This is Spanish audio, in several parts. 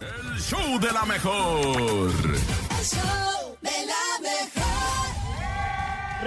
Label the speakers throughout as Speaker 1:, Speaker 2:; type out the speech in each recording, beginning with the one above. Speaker 1: El show de la mejor.
Speaker 2: El show de la mejor.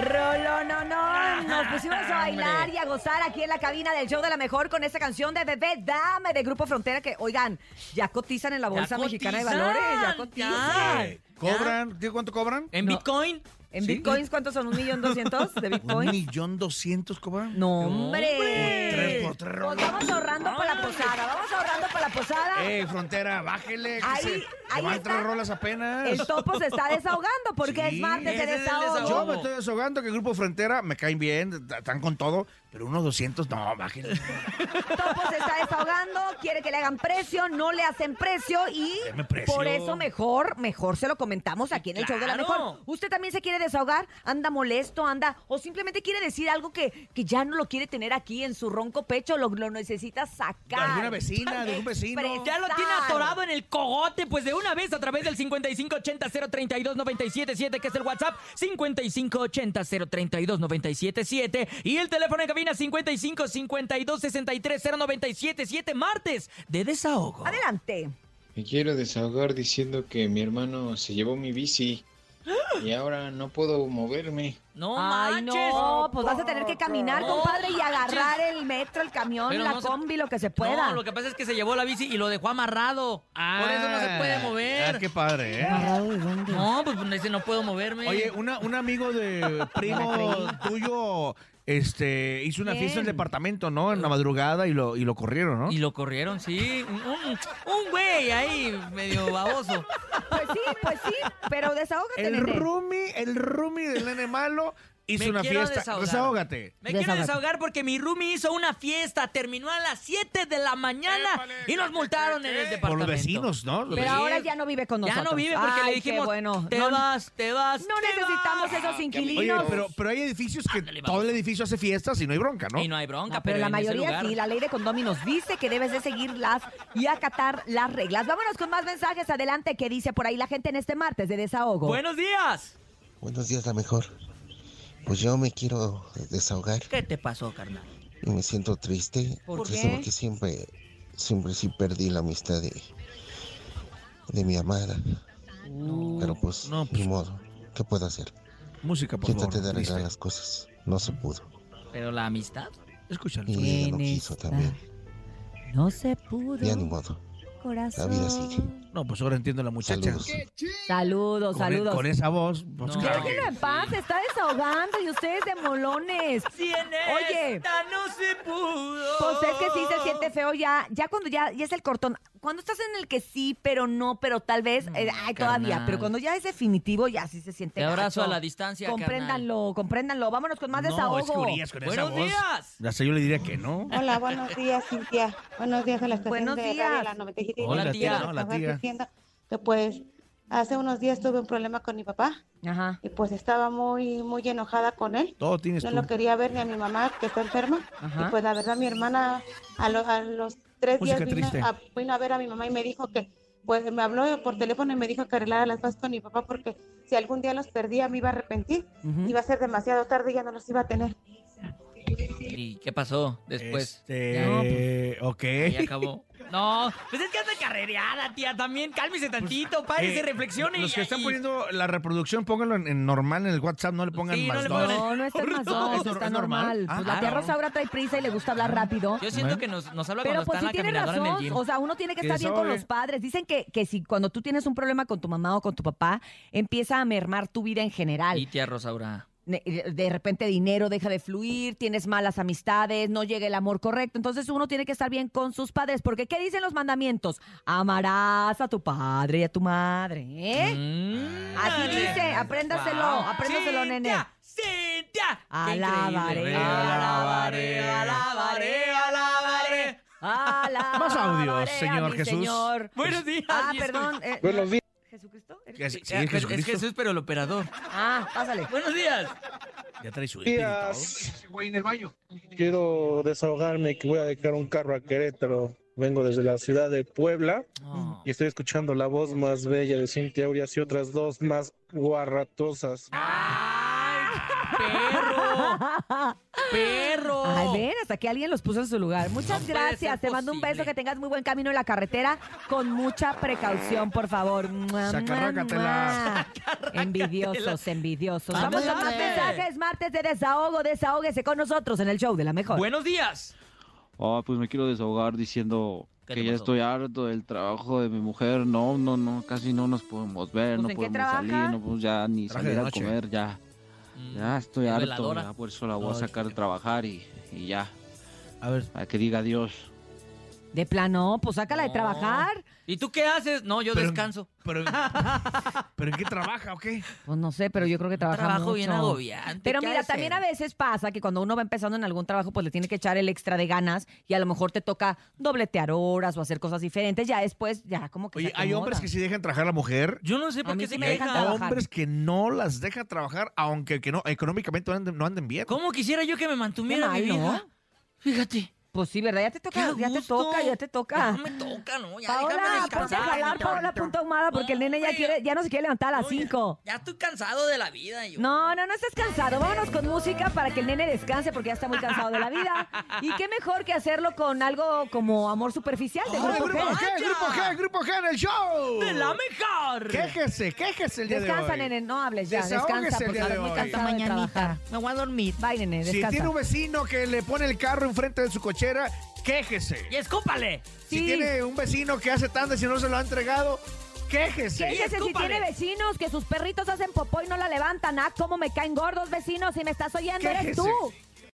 Speaker 3: Rolo, no, no. Nos pusimos a bailar y a gozar aquí en la cabina del show de la mejor con esta canción de Bebé Dame de Grupo Frontera que, oigan, ya cotizan en la Bolsa Mexicana de Valores. Ya cotizan.
Speaker 4: Eh,
Speaker 3: Ya.
Speaker 4: ¿Cobran? ¿Digo cuánto cobran?
Speaker 5: ¿En
Speaker 3: No.
Speaker 5: Bitcoin?
Speaker 3: ¿En
Speaker 4: Sí.
Speaker 3: bitcoins cuántos son? ¿Un millón doscientos de
Speaker 4: ¿Un
Speaker 3: bitcoins?
Speaker 4: millón doscientos cobran?
Speaker 3: No, hombre.
Speaker 4: Tres por tres,
Speaker 3: Pues
Speaker 4: Rolo.
Speaker 3: vamos ahorrando para la posada. Vamos ahorrando para la posada.
Speaker 4: Eh, frontera, bájele. que
Speaker 3: Ahí-
Speaker 4: se- que
Speaker 3: ahí
Speaker 4: van
Speaker 3: está.
Speaker 4: tres rolas apenas.
Speaker 3: El topo se está desahogando porque
Speaker 4: Sí,
Speaker 3: es martes de
Speaker 5: ese es el
Speaker 3: desahogo.
Speaker 4: Yo
Speaker 5: desahogo.
Speaker 4: me estoy desahogando que el grupo Frontera me caen bien, t- están con todo, pero unos 200, no, bájenle.
Speaker 3: Topo se está desahogando, quiere que le hagan precio, no le hacen precio y
Speaker 4: Deme precio.
Speaker 3: por eso mejor, mejor se lo comentamos aquí en el show de la
Speaker 5: Claro.
Speaker 3: mejor. Usted también se quiere desahogar, anda molesto, anda o simplemente quiere decir algo que, que ya no lo quiere tener aquí en su ronco pecho, lo, lo necesita
Speaker 4: De
Speaker 3: sacar.
Speaker 4: alguna vecina, de algún vecino.
Speaker 3: Expresa.
Speaker 5: Ya lo tiene
Speaker 3: Claro.
Speaker 5: atorado en el cogote, pues de una vez a través del 5580-032-977, que es el WhatsApp, 5580-032-977, y el teléfono en cabina 5552-630977, martes de desahogo.
Speaker 3: Adelante.
Speaker 6: Me quiero desahogar diciendo que mi hermano se llevó mi bici y ahora no puedo moverme.
Speaker 5: No
Speaker 3: Ay,
Speaker 5: manches.
Speaker 3: no, pues vas a tener que caminar,
Speaker 5: No
Speaker 3: compadre, y agarrar
Speaker 5: manches.
Speaker 3: el metro, el camión,
Speaker 5: Pero
Speaker 3: la
Speaker 5: no se-
Speaker 3: combi, lo que se pueda.
Speaker 5: No, lo que pasa es que se llevó la bici y lo dejó amarrado. Por eso no se puede mover.
Speaker 4: Ah, qué padre, ¿eh?
Speaker 5: No, pues me dice, no puedo moverme.
Speaker 4: Oye, una- un amigo de primo tuyo este, hizo una fiesta en el
Speaker 3: ¿Quién?
Speaker 4: departamento, ¿no? En la madrugada y lo, y lo corrieron, ¿no?
Speaker 5: Y lo corrieron, sí. Un, un- un güey ahí, medio baboso.
Speaker 3: Pues sí, pues sí, pero desahógate.
Speaker 4: El
Speaker 3: nene.
Speaker 4: roomie, el roomie del nene malo hizo
Speaker 5: Me
Speaker 4: una
Speaker 5: quiero
Speaker 4: fiesta.
Speaker 5: desahogar.
Speaker 4: Desahógate.
Speaker 5: Me
Speaker 3: Desahógate.
Speaker 5: quiero desahogar porque mi roomie hizo una fiesta, terminó a las 7 de la mañana y nos multaron en el
Speaker 4: Por
Speaker 5: departamento.
Speaker 4: los vecinos, ¿no? Los
Speaker 3: Pero
Speaker 4: vecinos.
Speaker 3: ahora ya no vive con
Speaker 5: Ya
Speaker 3: nosotros.
Speaker 5: no vive porque
Speaker 3: Ay,
Speaker 5: le dijimos,
Speaker 3: qué bueno.
Speaker 5: te
Speaker 3: no,
Speaker 5: vas, te vas,
Speaker 3: no
Speaker 5: te
Speaker 3: necesitamos
Speaker 5: vas".
Speaker 3: esos
Speaker 4: Oye,
Speaker 3: inquilinos.
Speaker 4: pero, pero hay edificios que
Speaker 5: Ándale, vamos.
Speaker 4: todo el edificio hace fiestas y no hay bronca, ¿no?
Speaker 5: Y no hay bronca,
Speaker 3: No,
Speaker 5: pero,
Speaker 3: Ah, pero la
Speaker 5: en ese
Speaker 3: mayoría
Speaker 5: lugar-
Speaker 3: sí, la ley de condóminos dice que debes de seguirlas y acatar las reglas. Vámonos con más mensajes adelante que dice por ahí la gente en este martes de desahogo.
Speaker 5: Buenos días.
Speaker 7: Buenos días, la mejor. Pues yo me quiero desahogar
Speaker 5: ¿Qué te pasó, carnal?
Speaker 7: y me siento triste.
Speaker 3: ¿Por qué?
Speaker 7: triste porque siempre, siempre sí perdí la amistad de, de mi amada. Pero pues,
Speaker 4: No,
Speaker 7: ni
Speaker 4: pues-
Speaker 7: modo. ¿Qué puedo hacer?
Speaker 4: Música, por favor.
Speaker 7: Quítate de
Speaker 4: triste.
Speaker 7: arreglar las cosas. No se pudo.
Speaker 5: Pero la amistad.
Speaker 4: Escúchalo.
Speaker 7: Y ella no
Speaker 3: En
Speaker 7: quiso
Speaker 3: esta
Speaker 7: también.
Speaker 3: No se pudo.
Speaker 7: Ya ni modo.
Speaker 3: corazón.
Speaker 7: vida sigue.
Speaker 4: No, pues ahora entiendo a la muchacha.
Speaker 7: Saludos.
Speaker 3: Saludos,
Speaker 4: Con,
Speaker 3: saludos.
Speaker 4: con esa voz. pues,
Speaker 5: No.
Speaker 4: claro que-
Speaker 3: Déjenlo en paz, se está desahogando y ustedes de molones.
Speaker 5: Si en
Speaker 3: Oye.
Speaker 5: esta no se pudo.
Speaker 3: Pues es que sí se
Speaker 5: Oh.
Speaker 3: siente feo ya, ya cuando ya, ya es el cortón. Cuando estás en el que sí, pero no, pero tal vez, eh, ay, todavía.
Speaker 5: carnal.
Speaker 3: Pero cuando ya es definitivo, ya sí se siente
Speaker 5: Te abrazo
Speaker 3: gacho.
Speaker 5: a la distancia,
Speaker 3: Compréndanlo, compréndanlo. Vámonos con más
Speaker 4: No,
Speaker 3: desahogo.
Speaker 4: es que Urias con esa
Speaker 5: Buenos
Speaker 4: voz.
Speaker 5: días.
Speaker 4: Ya sé, yo le diría que no.
Speaker 8: Hola, buenos días, Cintia. Buenos días a la estación
Speaker 3: Buenos
Speaker 8: de
Speaker 3: días.
Speaker 8: radio La 97.
Speaker 5: Hola,
Speaker 8: Quiero
Speaker 5: tía.
Speaker 8: desahogar
Speaker 4: Hola, tía.
Speaker 8: diciendo que pues hace unos días tuve un problema con mi papá
Speaker 3: Ajá,
Speaker 8: y pues estaba muy muy enojada con él.
Speaker 4: Todo tienes
Speaker 8: Yo
Speaker 4: tú.
Speaker 8: no quería ver ni a mi mamá que está enferma
Speaker 3: Ajá.
Speaker 8: y pues la verdad mi hermana a, lo- a los tres
Speaker 4: Música
Speaker 8: días vino
Speaker 4: triste.
Speaker 8: a, vino a ver a mi mamá y me dijo que pues me habló por teléfono y me dijo que arreglara las cosas con mi papá porque si algún día los perdía me iba a arrepentir,
Speaker 3: ujú.
Speaker 8: iba a ser demasiado tarde y ya no los iba a tener.
Speaker 5: ¿Y qué pasó después?
Speaker 4: Este,
Speaker 5: No,
Speaker 4: ok.
Speaker 5: Ahí acabó. No, pues es que anda carrereada, tía, también. Cálmese tantito, párese,
Speaker 4: Eh,
Speaker 5: reflexione.
Speaker 4: Los
Speaker 5: y-
Speaker 4: que están
Speaker 5: y-
Speaker 4: poniendo la reproducción, pónganlo en, en normal en el WhatsApp, no le pongan
Speaker 5: Sí, no
Speaker 4: más
Speaker 5: le
Speaker 4: dos.
Speaker 5: pongan-
Speaker 3: No, no está más dos,
Speaker 4: ¿Es
Speaker 3: está normal.
Speaker 4: normal?
Speaker 3: Pues
Speaker 4: Ah,
Speaker 3: la tía
Speaker 4: claro.
Speaker 3: Rosaura trae prisa y le gusta hablar rápido.
Speaker 5: Ah, Yo siento que nos, nos habla
Speaker 3: Pero
Speaker 5: cuando
Speaker 3: pues
Speaker 5: está
Speaker 3: sí
Speaker 5: en la
Speaker 3: tiene
Speaker 5: caminadora en el
Speaker 3: razón.
Speaker 5: gym.
Speaker 3: O sea, uno tiene que
Speaker 4: Que
Speaker 3: estar bien con
Speaker 4: desahogue.
Speaker 3: los padres. Dicen que, que si cuando tú tienes un problema con tu mamá o con tu papá, empieza a mermar tu vida en general.
Speaker 5: y tía Rosaura.
Speaker 3: ne- eh, de repente dinero deja de fluir, tienes malas amistades, no llega el amor correcto. Entonces uno tiene que estar bien con sus padres, porque ¿qué dicen los mandamientos? Amarás a tu padre y a tu madre. ¿eh?
Speaker 5: Mm,
Speaker 3: Así
Speaker 5: dale.
Speaker 3: dice, apréndaselo, apréndaselo, nene.
Speaker 5: Cintia, Cintia. Qué
Speaker 3: Alabaré,
Speaker 5: increíble. ¿eh?
Speaker 3: alabaré, alabaré, alabaré. Alabaré
Speaker 4: Más audios,
Speaker 3: a mi
Speaker 4: señor Jesús.
Speaker 3: señor.
Speaker 5: Buenos días.
Speaker 3: Ah,
Speaker 5: Jesús.
Speaker 3: perdón. eh,
Speaker 6: Buenos días.
Speaker 3: ¿Jesucristo? ¿Eres?
Speaker 4: Que sí,
Speaker 5: Eh,
Speaker 4: es
Speaker 5: pero- es
Speaker 4: Jesucristo.
Speaker 5: Jesús, pero el operador.
Speaker 3: Ah, pásale.
Speaker 5: Buenos días.
Speaker 4: Ya trae su espíritu.
Speaker 9: Quiero desahogarme que voy a dejar un carro a Querétaro. Vengo desde la ciudad de Puebla
Speaker 5: Oh.
Speaker 9: y estoy escuchando la voz más bella de Cintia Urias y otras dos más guarratosas.
Speaker 5: Ay, ¡Perro! ¡Perro!
Speaker 3: A ver, hasta que alguien los puso en su lugar. Muchas
Speaker 5: No puede
Speaker 3: gracias.
Speaker 5: ser
Speaker 3: Te mando un beso,
Speaker 5: posible.
Speaker 3: que tengas muy buen camino en la carretera, con mucha precaución, por favor. Mua,
Speaker 4: Sacarrácatela.
Speaker 3: mua, mua. Envidiosos, envidiosos. Vamos a más
Speaker 5: Ándale.
Speaker 3: mensajes, martes de desahogo, desahóguese con nosotros en el show de la mejor.
Speaker 5: Buenos días.
Speaker 10: Ah, pues me quiero desahogar diciendo
Speaker 5: ¿Qué
Speaker 10: que
Speaker 5: te
Speaker 10: ya
Speaker 5: pasó?
Speaker 10: estoy harto del trabajo de mi mujer. No, no, no, casi no nos podemos ver,
Speaker 3: Pues, ¿en
Speaker 10: no
Speaker 3: qué
Speaker 10: podemos
Speaker 3: trabaja?
Speaker 10: salir, no podemos ya ni
Speaker 4: Traje de
Speaker 10: salir a
Speaker 4: noche.
Speaker 10: comer, ya. Ya estoy
Speaker 5: ¿de
Speaker 10: harto,
Speaker 5: Mm. veladora?
Speaker 10: ya por eso la voy a
Speaker 4: Ay,
Speaker 10: sacar a
Speaker 4: qué-
Speaker 10: trabajar y, y ya,
Speaker 4: A ver,
Speaker 10: para que diga adiós.
Speaker 3: De plano, pues sácala de
Speaker 5: No.
Speaker 3: trabajar.
Speaker 5: ¿Y tú qué haces? No, yo
Speaker 4: Pero-
Speaker 5: descanso.
Speaker 4: pero, ¿pero en qué trabaja o qué?
Speaker 3: Pues no sé, pero yo creo que trabaja
Speaker 5: Trabajo
Speaker 3: mucho.
Speaker 5: bien agobiante.
Speaker 3: Pero
Speaker 5: ¿qué
Speaker 3: mira,
Speaker 5: haces?
Speaker 3: también a veces pasa que cuando uno va empezando en algún trabajo, pues le tiene que echar el extra de ganas y a lo mejor te toca dobletear horas o hacer cosas diferentes. Ya después, ya como que.
Speaker 4: Oye,
Speaker 3: se
Speaker 4: hay hombres
Speaker 3: acomoda.
Speaker 4: que sí dejan trabajar a la mujer.
Speaker 5: Yo no sé
Speaker 3: A
Speaker 5: por
Speaker 3: mí
Speaker 5: qué
Speaker 3: sí
Speaker 5: se
Speaker 3: me
Speaker 4: Hay
Speaker 3: dejan
Speaker 5: quejan.
Speaker 3: trabajar.
Speaker 4: hombres que no las deja trabajar, aunque que no, económicamente no anden, no anden bien.
Speaker 5: ¿Cómo quisiera yo que me mantuviera
Speaker 3: Qué
Speaker 5: mi
Speaker 3: mal, ¿no?
Speaker 5: vida? Fíjate.
Speaker 3: Pues sí, ¿verdad? Ya te
Speaker 5: qué
Speaker 3: toca, ya te
Speaker 5: gusto.
Speaker 3: toca, ya te toca.
Speaker 5: No me toca, no. Ya déjame
Speaker 3: Paola, ponte a
Speaker 5: descansar.
Speaker 3: jalar, Paola, punta ahumada, porque el nene ya
Speaker 5: Hombre.
Speaker 3: quiere, ya no se quiere levantar a las
Speaker 5: No, ya-
Speaker 3: 5.
Speaker 5: Ya, estoy cansado de la vida. Yo.
Speaker 3: No, no, no estés cansado. Vámonos con música para que el nene descanse porque ya está muy cansado de la vida. Y qué mejor que hacerlo con algo como amor superficial de
Speaker 4: ¡Ay,
Speaker 3: grupo
Speaker 4: grupo
Speaker 3: G.
Speaker 4: G, grupo G, grupo G en el show!
Speaker 5: ¡De la mejor!
Speaker 4: Quéjese, quéjese el día
Speaker 3: Descansa,
Speaker 4: de hoy.
Speaker 3: nene, no hables ya, descansa
Speaker 4: Desahógese el
Speaker 3: porque
Speaker 4: día de
Speaker 3: estás muy
Speaker 4: hoy.
Speaker 3: cansado de trabajar.
Speaker 5: Me voy a dormir.
Speaker 3: Bye, nene,
Speaker 4: Si
Speaker 3: descansa.
Speaker 4: tiene un vecino que le pone el carro enfrente de su cochera, quéjese.
Speaker 5: ¡Y escúpale!
Speaker 4: Si
Speaker 3: Sí.
Speaker 4: tiene un vecino que hace tandas y no se lo ha entregado, quéjese.
Speaker 3: Fíjese si
Speaker 5: escúpale.
Speaker 3: tiene vecinos que sus perritos hacen popó y no la levantan. Ah, cómo me caen gordos vecinos si me estás oyendo, eres
Speaker 4: Quéjese.
Speaker 3: tú.